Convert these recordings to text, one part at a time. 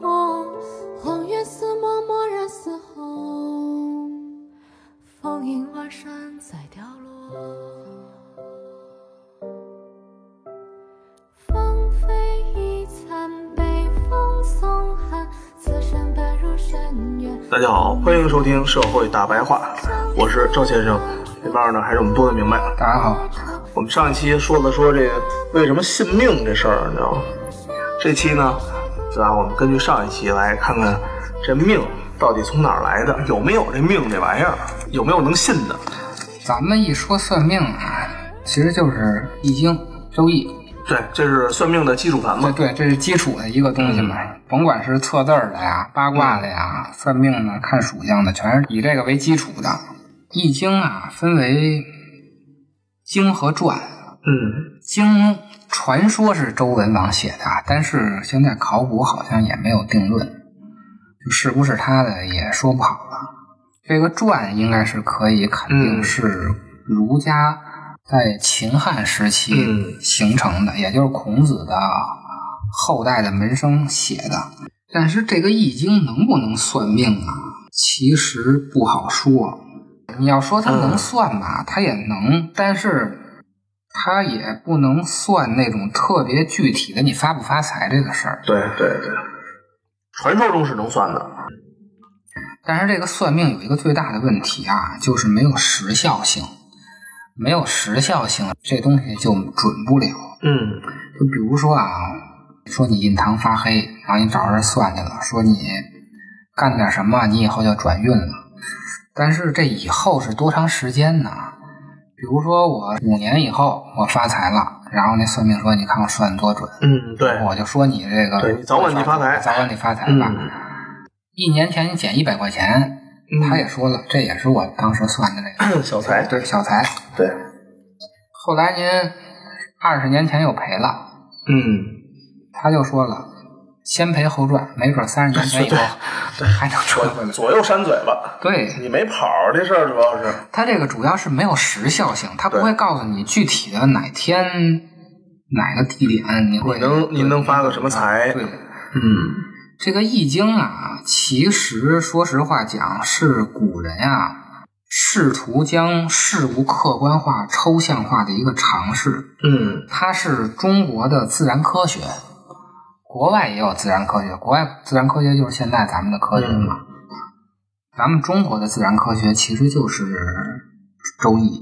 泊，黄月似墨，墨染似红。风影阑珊在凋落。芳菲一残，北风送寒，此身奔入深渊。大家好，欢迎收听《社会大白话》，我是赵先生，对面呢还是我们多的明白。大家好，我们上一期说了说这个为什么信命这事儿，你知道吗？这期呢，对吧？我们根据上一期来看看这命到底从哪儿来的，有没有这命这玩意儿，有没有能信的？咱们一说算命啊，其实就是《易经》《周易》，对，这是算命的基础盘这嘛。对，这是基础的一个东西嘛。甭管是测字儿的呀、八卦的呀、算命的、看属相的，全是以这个为基础的。《易经》啊，分为经和传。嗯，经传说是周文王写的，啊，但是现在考古好像也没有定论，就是不是他的也说不好了。这个传应该是可以肯定是儒家在秦汉时期嗯形成的，也就是孔子的后代的门生写的。但是这个《易经》能不能算命啊？其实不好说。你要说它能算吧，它也能，但是它也不能算那种特别具体的你发不发财这个事儿。对对对，传说中是能算的。但是这个算命有一个最大的问题啊，就是没有时效性，没有时效性，这东西就准不了。嗯就比如说啊，说你印堂发黑，然后你找人算去了，说你干点什么，你以后就转运了。但是这以后是多长时间呢？比如说我五年以后我发财了，然后那算命说你看我算的多准，嗯，对，我就说你这个对你早晚得发财早晚得发财吧。嗯一年前你减一百块钱，嗯他也说了，这也是我当时算的那个小财对小财。对，后来您二十年前又赔了，嗯，他就说了，先赔后赚，没准三十 年前以后还能赚回来。左右扇嘴巴，对你没跑儿这事儿主要是。他这个主要是没有时效性，他不对会告诉你具体的哪天哪个地点你会啊你能你能发个什么财对。嗯这个《易经》啊，其实说实话讲，是古人啊试图将事物客观化、抽象化的一个尝试。嗯它是中国的自然科学，国外也有自然科学，国外自然科学就是现在咱们的科学嘛。咱们中国的自然科学其实就是《周易》，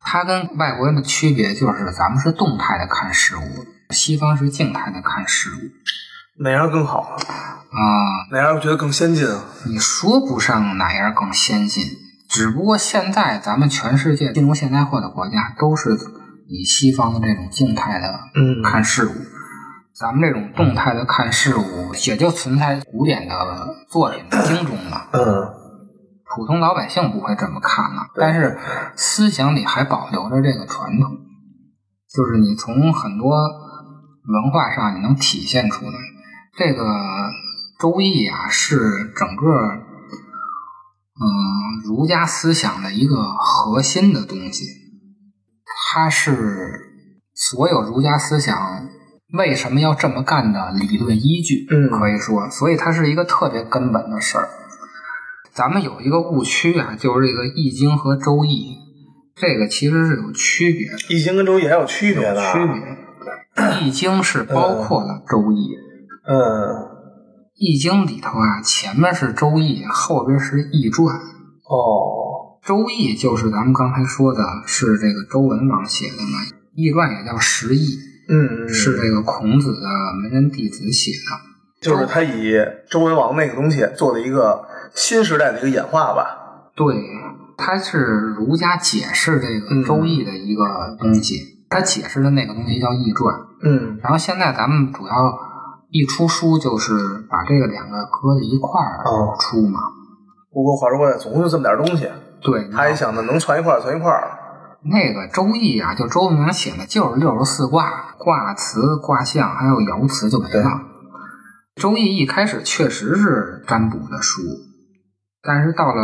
它跟外国人的区别就是咱们是动态的看事物，西方是静态的看事物哪样更好？啊。哪样觉得更先进啊？你说不上哪样更先进，只不过现在咱们全世界进入现代化的国家，都是以西方的这种静态的嗯看事物，咱们这种动态的看事物也就存在古典的作品经中了。嗯普通老百姓不会这么看了，但是思想里还保留着这个传统，就是你从很多文化上你能体现出来。这个《周易》啊，是整个嗯儒家思想的一个核心的东西，它是所有儒家思想为什么要这么干的理论依据，嗯可以说，所以它是一个特别根本的事儿。咱们有一个误区啊，就是这个《易经》和《周易》，这个其实是有区别的。易经跟周易还有区别啊呢。区别，《易经》是包括了《周易》，《嗯，易经》里头啊，前面是《周易》，后边是《易传》。哦， 《周易》就是咱们刚才说的，是这个周文王写的嘛，《易传》也叫《十易》，嗯，是这个孔子的门人弟子写的。就是他以周文王那个东西做了一个新时代的一个演化吧。对，它是儒家解释这个嗯《周易》的一个东西，他解释的那个东西叫《易传》。嗯然后现在咱们主要一出书就是把这个两个搁在一块儿哦出嘛。吴哥话说回来，总共就这么点东西，对，他也想着能攒一块儿攒一块儿。那个《周易》啊，就周明写的就是六十四卦、卦辞、卦象，还有爻辞就没对了。《周易》一开始确实是占卜的书，但是到了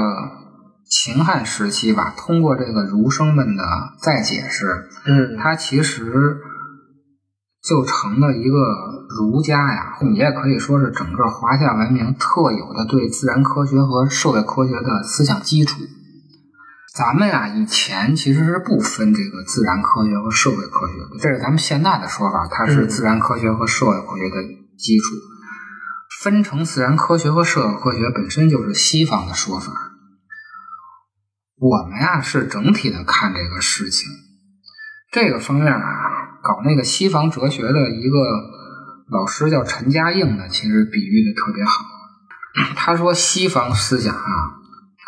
秦汉时期吧，通过这个儒生们的再解释，嗯它其实就成了一个儒家呀，你也可以说是整个华夏文明特有的对自然科学和社会科学的思想基础。咱们啊，以前其实是不分这个自然科学和社会科学的，这是咱们现在的说法，它是嗯自然科学和社会科学的基础。分成自然科学和社会科学本身就是西方的说法，我们呀、是整体的看这个事情，这个方面啊，搞那个西方哲学的一个老师叫陈嘉映呢，其实比喻的特别好。他说西方思想啊，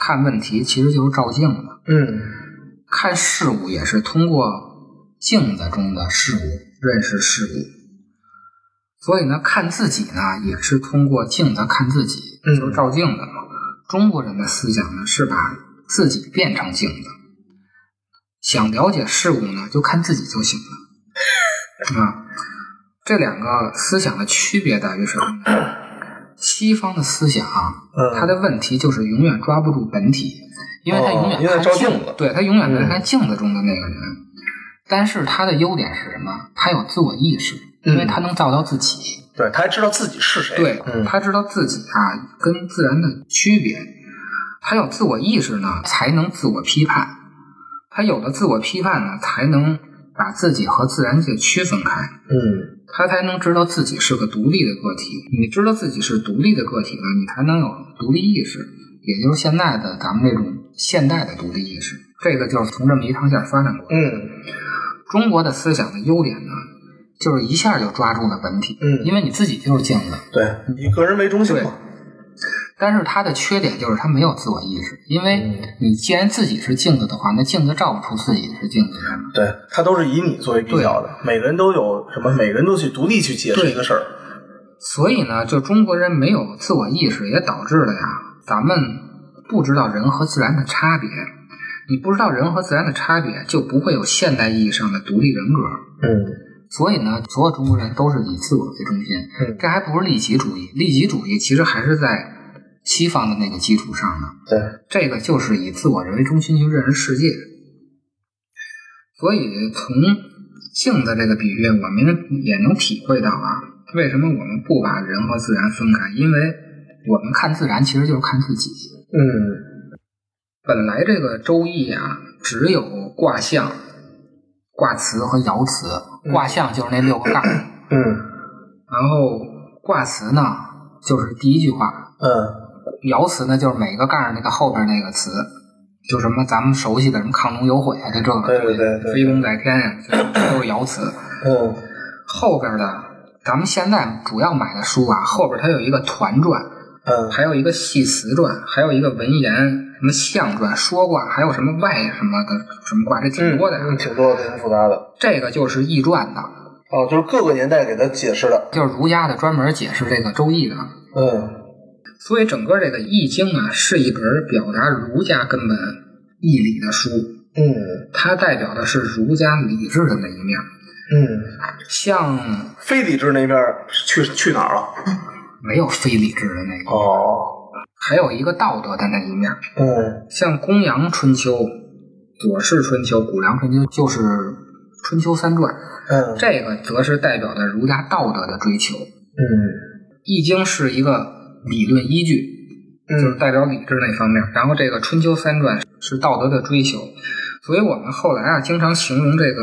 看问题其实就是照镜子，嗯看事物也是通过镜子中的事物认识事物。所以呢，看自己呢，也是通过镜子看自己，嗯就是照镜子嘛。中国人的思想呢，是把自己变成镜子，想了解事物呢，就看自己就行了。啊，这两个思想的区别在于什么呢？西方的思想啊，嗯，他的问题就是永远抓不住本体，因为他永哦远因为看照镜镜子嗯对他永远在看镜子中的那个人。但是他的优点是什么？他有自我意识，因为嗯他能照到自己。对，他还知道自己是谁。对，嗯他知道自己啊跟自然的区别，他有自我意识呢，才能自我批判。他有了自我批判呢，才能把自己和自然界区分开。嗯他才能知道自己是个独立的个体。你知道自己是独立的个体呢，你才能有独立意识，也就是现在的咱们这种现代的独立意识。这个就是从这么一趟线发展过来。嗯中国的思想的优点呢，就是一下就抓住了本体，嗯因为你自己就是镜子。对，以个人为中心对嘛。但是它的缺点就是它没有自我意识，因为你既然自己是镜子的话，那镜子照不出自己是镜子来嘛。对，他都是以你作为比较的，每个人都有什么，每个人都去独立去解释对一个事儿。所以呢，就中国人没有自我意识，也导致了呀，咱们不知道人和自然的差别。你不知道人和自然的差别，就不会有现代意义上的独立人格。嗯所以呢，所有中国人都是以自我为中心，嗯，这还不是利己主义。利己主义其实还是在西方的那个基础上呢。对，这个就是以自我为中心去认识世界。所以从镜子这个比喻，我们也能体会到啊，为什么我们不把人和自然分开？因为我们看自然其实就是看自己。嗯本来这个《周易》啊，只有卦象、卦辞和爻辞。卦象就是那六个杠，嗯然后卦辞呢就是第一句话嗯爻辞呢，就是每个杠上那个后边那个词，就什么咱们熟悉的什么“亢龙有悔”啊，就这个对对对对飞龙在天呀、这都是爻辞。嗯后边的咱们现在主要买的书啊，后边它有一个团传，嗯，还有一个系辞传，还有一个文言，什么象传、说卦，还有什么外什么的什么卦，这挺多的呀、嗯挺多的，挺复杂的。这个就是易传的，嗯哦，就是各个年代给他解释的。就是儒家的专门解释这个《周易》的。嗯所以整个这个《易经》啊，是一本表达儒家根本义理的书。嗯它代表的是儒家理智的那一面。嗯，像非理智那边儿去去哪儿了？没有非理智的那一面，哦，还有一个道德的那一面。嗯像公羊春秋、左氏春秋、谷梁春秋，就是春秋三传。嗯这个则是代表的儒家道德的追求。嗯易经是一个理论依据，就是嗯代表理智那方面。然后这个春秋三传是道德的追求，所以我们后来啊经常形容这个，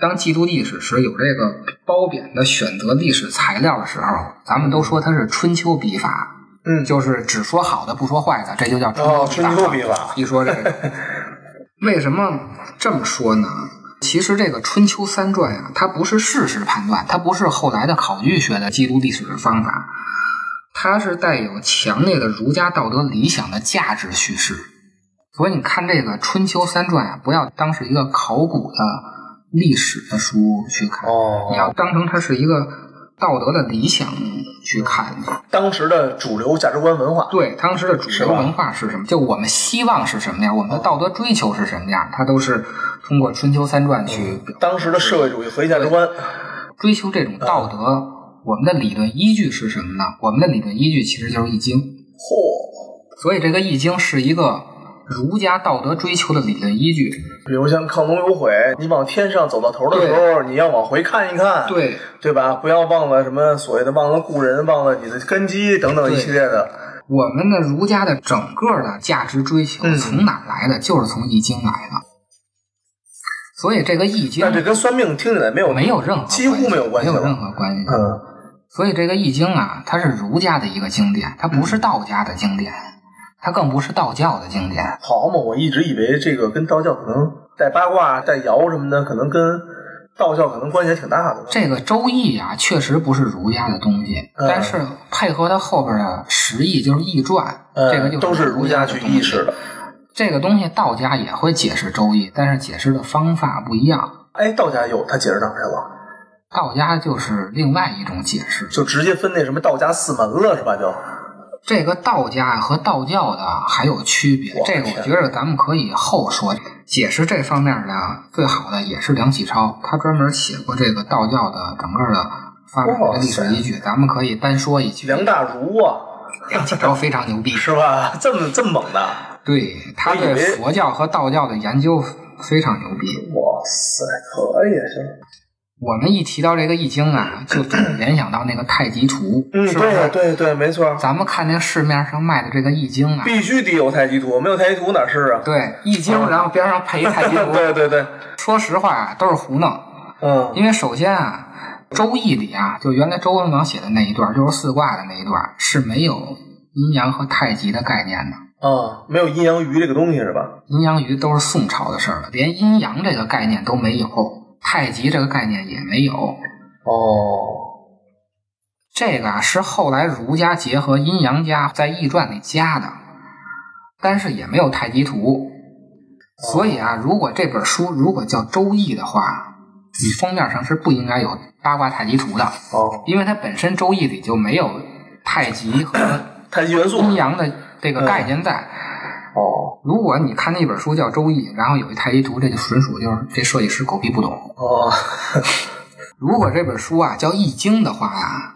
当记录历史时有这个褒贬的选择历史材料的时候，咱们都说它是春秋笔法，嗯，就是只说好的不说坏的，这就叫春秋哦，笔春法。秋笔法。一说这个， 为什么这么说呢？其实这个《春秋三传》呀，它不是事实判断，它不是后来的考据学的记录历史的方法，它是带有强烈的儒家道德理想的价值叙事。所以你看这个《春秋三传》啊，不要当是一个考古的历史的书去看，哦你要当成它是一个道德的理想去看的。当时的主流价值观文化，对当时的主是流吧哦文化是什么？就我们希望是什么样，我们的道德追求是什么样，它都是通过《春秋三传》去表当时的社会主义核心价值观，追求这种道德。嗯我们的理论依据是什么呢？我们的理论依据其实就是《易经》，嚯，所以这个《易经》是一个儒家道德追求的理论依据。比如像亢龙有悔，你往天上走到头的时候，你要往回看一看，对，对吧？不要忘了什么所谓的忘了故人，忘了你的根基等等一对系列的。我们的儒家的整个的价值追求嗯从哪儿来的？就是从《易经》来的。所以这个《易经但》这跟算命听起来没有没有任何几乎没有关关系系，没有了任何关系。嗯所以这个《易经》啊，它是儒家的一个经典，它不是道家的经典，它更不是道教的经典。好嘛，我一直以为这个跟道教可能带八卦、带爻什么的，可能跟道教可能关系还挺大的呢。这个《周易》啊，确实不是儒家的东西，嗯但是配合它后边的十易，就是《易传》，嗯这个就都是儒儒家的去东西意识的。这个东西道家也会解释《周易》，但是解释的方法不一样。哎，道家有他解释哪儿去了？道家就是另外一种解释，就直接分那什么道家四门了是吧？就这个道家和道教的还有区别我，的这个我觉得咱们可以后说。解释这方面的最好的也是梁启超，他专门写过这个道教的整个的发展的历史依据，咱们可以单说一句。梁大儒啊，梁启超非常牛逼，是吧？ 这么这么猛的，对他我以对为佛教和道教的研究非常牛逼。哇塞，可以是。我们一提到这个易经啊，就总 联想到那个太极图，嗯，是不对呀是？对对，没错，咱们看那市面上卖的这个易经啊，必须得有太极图，没有太极图哪是啊？对易经，然后边上配一太极 图，对对对，说实话啊，都是胡弄。嗯，因为首先啊，《周易》里啊，就原来周文王写的那一段，就是四卦的那一段，是没有阴阳和太极的概念的。啊，没有阴阳鱼这个东西是吧？阴阳鱼都是宋朝的事儿了，连阴阳这个概念都没有，太极这个概念也没有。哦，这个啊，是后来儒家结合阴阳家在《易传》里加的，但是也没有太极图。所以啊，如果这本书如果叫《周易》的话，你封面上是不应该有八卦太极图的。哦，因为它本身《周易》里就没有太极和 太极元素，阴阳的这个概念在。哦如果你看那本书叫《周易》，然后有一太极图，这就纯属就是这设计师狗屁不懂。哦，如果这本书啊叫《易经》的话呀、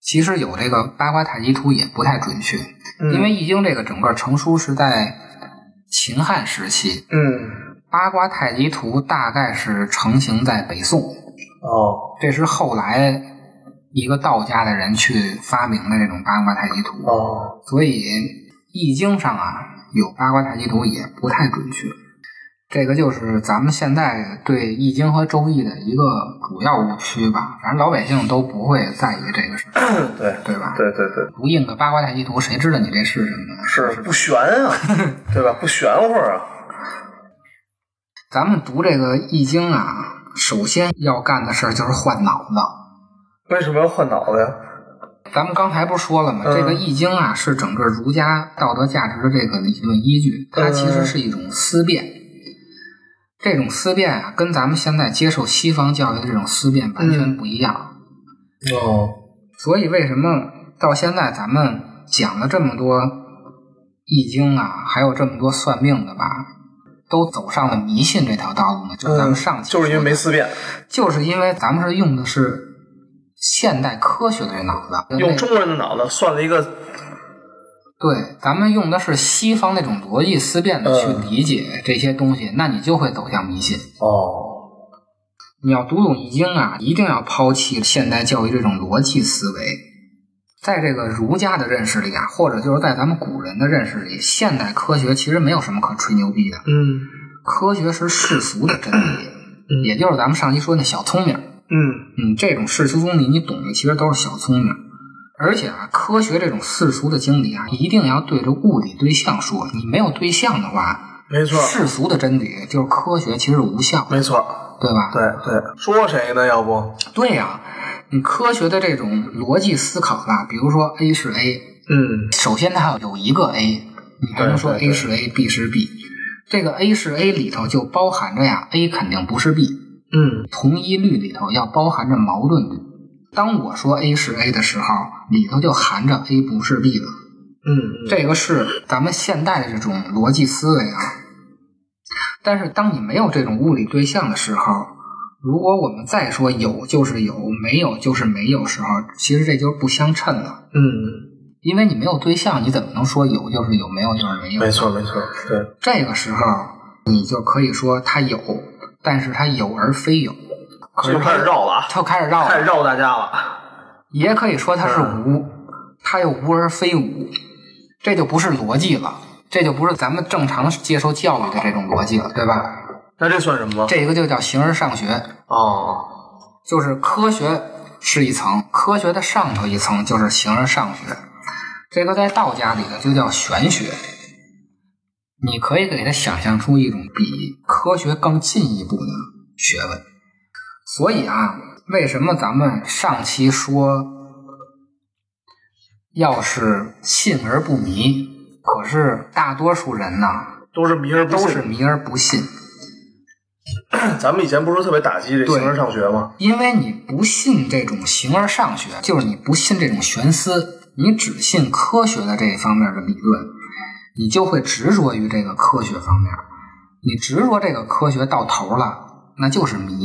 其实有这个八卦太极图也不太准确，嗯因为《易经》这个整个成书是在秦汉时期，嗯，八卦太极图大概是成型在北宋。哦这是后来一个道家的人去发明的这种八卦太极图，哦，所以《易经》上啊有八卦太极图也不太准确。这个就是咱们现在对《易经》和《周易》的一个主要误区吧，反正老百姓都不会在意这个事儿， 对对吧？对对对，不印个八卦太极图，谁知道你这是什么呢？是不玄啊，对吧？不玄乎啊，咱们读这个《易经》啊，首先要干的事儿就是换脑子。为什么要换脑子呀？咱们刚才不是说了吗？嗯这个《易经》啊，是整个儒家道德价值的这个理论依嗯据，它其实是一种思辨。这种思辨啊，跟咱们现在接受西方教育的这种思辨完嗯全不一样。哦，所以为什么到现在咱们讲了这么多《易经》啊，还有这么多算命的吧，都走上了迷信这条道路呢？就是咱们上期、嗯就是因为没，思辨，就是因为咱们是用的是现代科学的这脑子，用中国人的脑子算了一个，对，咱们用的是西方那种逻辑思辨的去理解这些东西，那你就会走向迷信。哦，你要读懂《易经》啊，一定要抛弃现代教育这种逻辑思维。在这个儒家的认识里啊，或者就是在咱们古人的认识里，现代科学其实没有什么可吹牛逼的，嗯科学是世俗的真理，也就是咱们上期说那小聪明。嗯，嗯，这种世俗中理你懂的其实都是小聪明。而且啊，科学这种世俗的经理啊，一定要对着物理对象说。你没有对象的话，没错，世俗的真理就是科学，其实无效的，没错，对吧？对对，说谁呢？要不，对呀、你科学的这种逻辑思考吧，比如说 A 是 A，嗯首先它要有一个 A，你还能说对对 A 是 A，B 是 B。这个 A 是 A 里头就包含着呀，A 肯定不是 B，嗯，同一律里头要包含着矛盾律。当我说 A 是 A 的时候，里头就含着 A 不是 B 了。嗯，这个是咱们现代的这种逻辑思维啊。但是当你没有这种物理对象的时候，如果我们再说有就是有，没有就是没有时候，其实这就是不相称的。嗯，因为你没有对象，你怎么能说有就是有，没有就是没有？没错没错，对，这个时候你就可以说它有，但是它有而非有，可是就开始绕了啊，它开始绕开了始。绕大家了。也可以说它是嗯无，它又无而非无，这就不是逻辑了，这就不是咱们正常接受教育的这种逻辑了，对吧？那这算什么？这个就叫形而上学，哦，就是科学是一层，科学的上头一层就是形而上学，这个在道家里头就叫玄学。你可以给它想象出一种比科学更进一步的学问。所以啊，为什么咱们上期说要是信而不迷，可是大多数人呢都是迷而不都信是迷而不信。咱们以前不是特别打击这对形而上学吗？因为你不信这种形而上学，就是你不信这种玄思，你只信科学的这一方面的理论，你就会执着于这个科学方面。你执着这个科学到头了，那就是迷，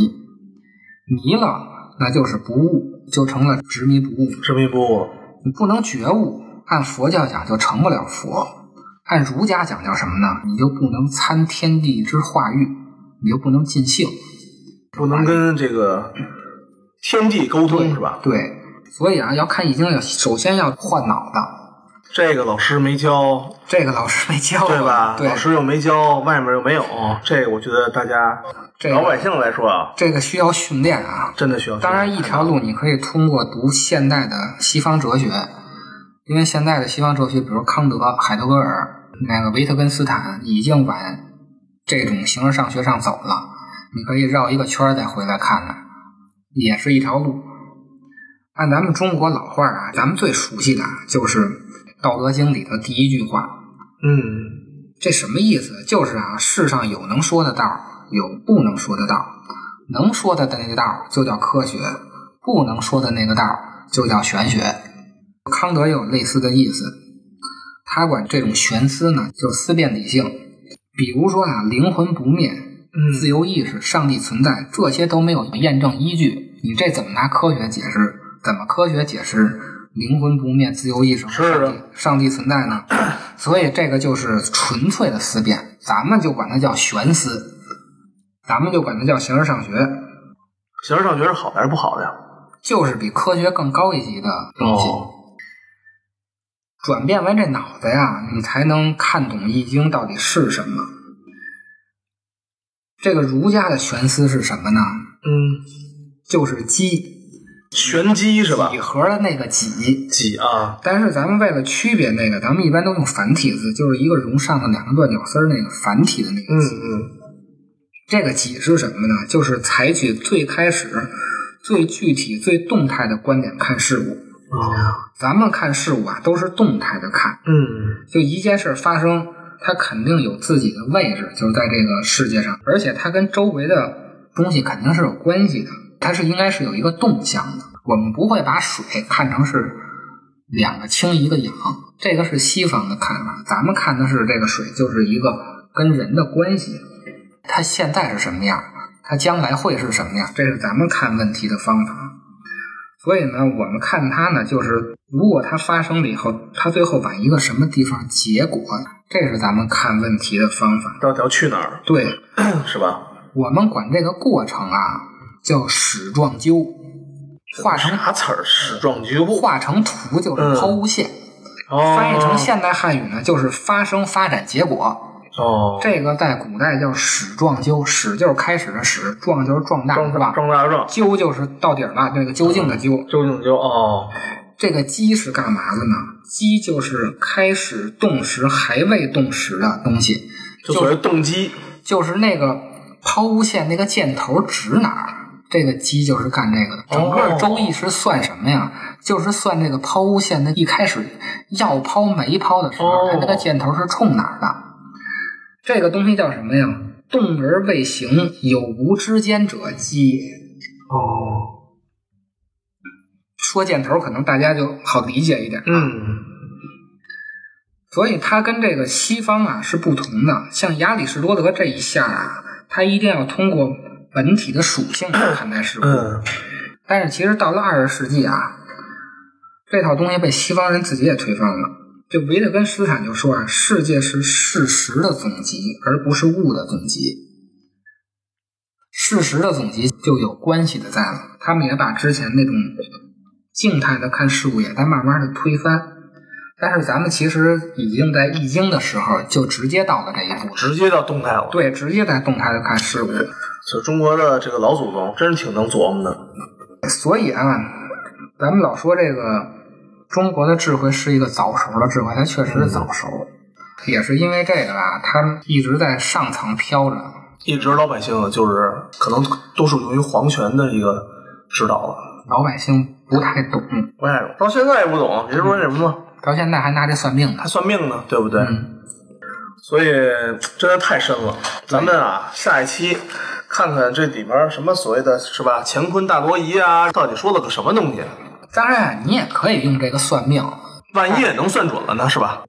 迷了那就是不悟，就成了执迷不悟。执迷不悟，你不能觉悟，按佛教讲就成不了佛，按儒家讲叫什么呢？你就不能参天地之化育，你就不能尽性。不能跟这个天地沟通是吧？对，所以啊，要看易经，要首先要换脑子。这个老师没教，这个老师没教过对嗯吧？对，老师又没教，外面又没有，这个我觉得大家这老个百姓来说啊，这个需要训练啊。真的需要。当然，一条路你可以通过读现代的西方哲学，因为现代的西方哲学，比如康德、海德格尔、那个维特根斯坦，已经往这种形而上学上走了。你可以绕一个圈儿再回来看看，也是一条路。按咱们中国老话儿啊，咱们最熟悉的就是《道德经》里的第一句话。嗯，这什么意思？就是啊，世上有能说的道儿，有不能说的道儿。能说的那个道儿就叫科学，不能说的那个道儿就叫玄学。康德也有类似的意思，他管这种玄思呢，就思辨理性。比如说啊，灵魂不灭、嗯自由意识、上帝存在，这些都没有验证依据，你这怎么拿科学解释？怎么科学解释灵魂不灭、自由意识和是上啊帝上帝存在呢？所以这个就是纯粹的思辨，咱们就管它叫玄思，咱们就管它叫形而上学，形而上学是好的还是不好的呀？就是比科学更高一级的东西。哦，转变为这脑袋呀，你才能看懂《易经》到底是什么。这个儒家的玄思是什么呢？嗯，就是几玄机是吧几？何的那个几。几啊？但是咱们为了区别那个，咱们一般都用繁体字，就是一个容上的两个断角丝儿那个繁体的那嗯个几。嗯，这个几是什么呢？就是采取最开始、最具体、最动态的观点看事物。哦，咱们看事物啊，都是动态的看，嗯就一件事儿发生，它肯定有自己的位置，就是在这个世界上，而且它跟周围的东西肯定是有关系的，它是应该是有一个动向的。我们不会把水看成是两个氢一个氧，这个是西方的看法，咱们看的是这个水就是一个跟人的关系，它现在是什么样，它将来会是什么样，这是咱们看问题的方法。所以呢，我们看它呢，就是如果它发生了以后，它最后往一个什么地方结果，这是咱们看问题的方法。到底要去哪儿对是吧？我们管这个过程啊叫矢状纠，画成啥词儿？矢状纠画成图就是抛物线，哦，翻译成现代汉语呢就是发生发展结果。哦，这个在古代叫矢状纠，矢就是开始的矢，状就是壮大，嗯撞是吧？撞大撞，究就是到底儿了，那个究竟的究。究竟究哦，这个鸡是干嘛的呢？鸡就是开始动时还未动时的东西，就所谓动机就是那个抛物线那个箭头指哪儿，这个鸡就是干这个的。整个哦周易是算什么呀？就是算这个抛物线的一开始要抛没抛的时候，哦它那个箭头是冲哪儿的。这个东西叫什么呀？动而未行，有无之间者，鸡也。哦，说箭头，可能大家就好理解一点。啊嗯所以它跟这个西方啊是不同的。像亚里士多德这一下啊，他一定要通过本体的属性来看待事物。嗯但是其实到了二十世纪啊，这套东西被西方人自己也推翻了。就维特根斯坦就说啊，世界是事实的总集，而不是物的总集。事实的总集就有关系的在了，他们也把之前那种静态的看事物也在慢慢的推翻。但是咱们其实已经在易经的时候就直接到了这一步，直接到动态了。，对，直接在动态的看事物。就中国的这个老祖宗真是挺能琢磨的。所以啊，咱们老说这个中国的智慧是一个早熟的智慧，它确实是早熟，也是因为这个吧，它一直在上层飘着。一直老百姓呢，就是可能都属于皇权的一个指导了，老百姓不太懂，不太懂，到现在也不懂。别说那什么呢，到现在还拿这算命呢还。算命呢，对不对？嗯所以真的太深了。咱们啊，下一期看看这里边儿什么所谓的是吧，乾坤大挪移啊，到底说了个什么东西？当然，啊你也可以用这个算命，万一也能算准了呢，是吧？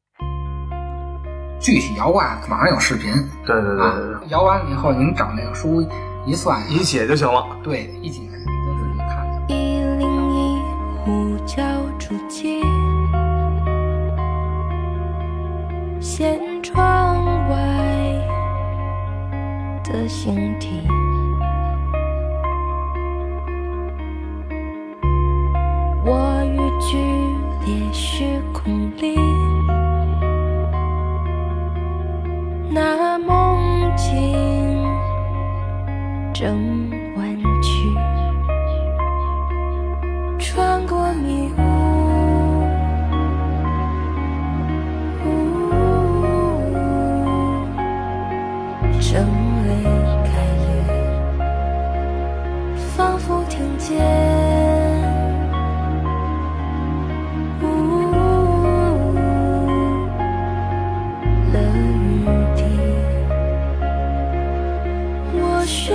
具体摇卦网上有视频对对对啊对对，。摇完了以后，您找那个书一算，一解就行了。对一解，你就自己看去。一零一呼叫主机，舷窗外的星体，我与剧烈时空里，那梦境正弯曲。穿过迷雾。正离开雨，仿佛听见。了雨滴，我眩晕。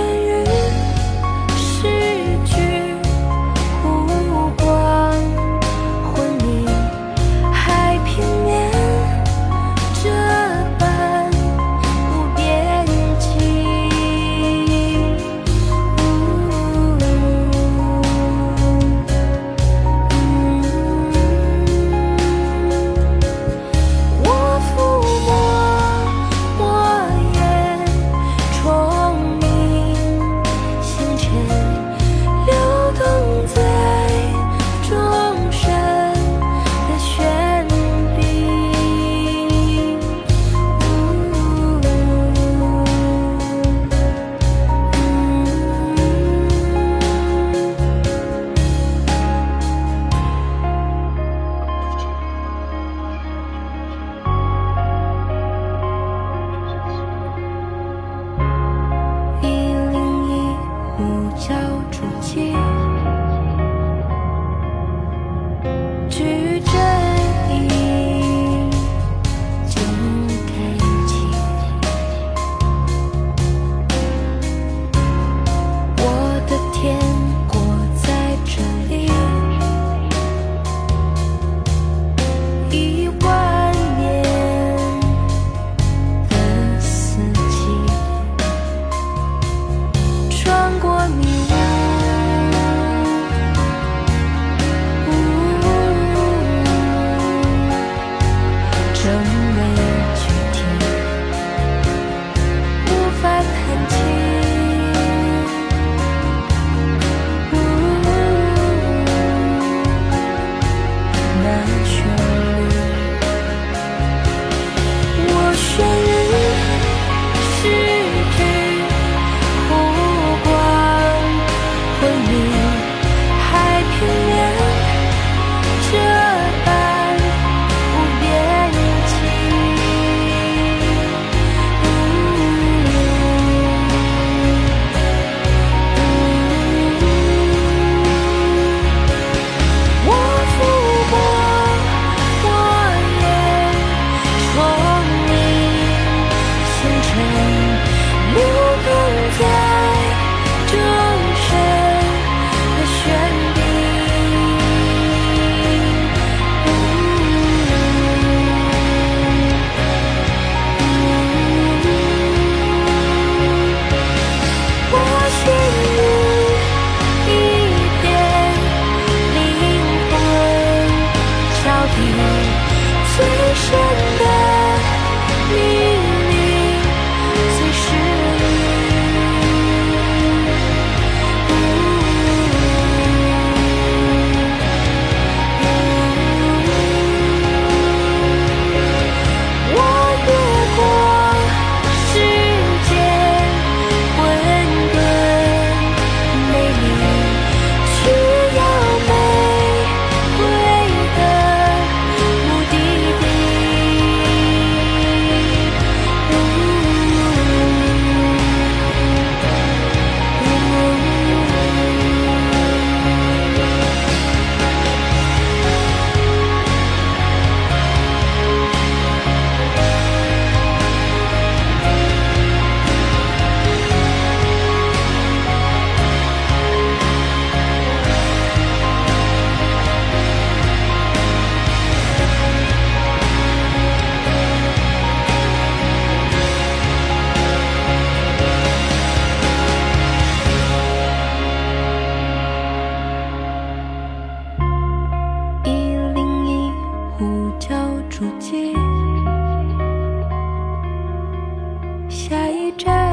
这。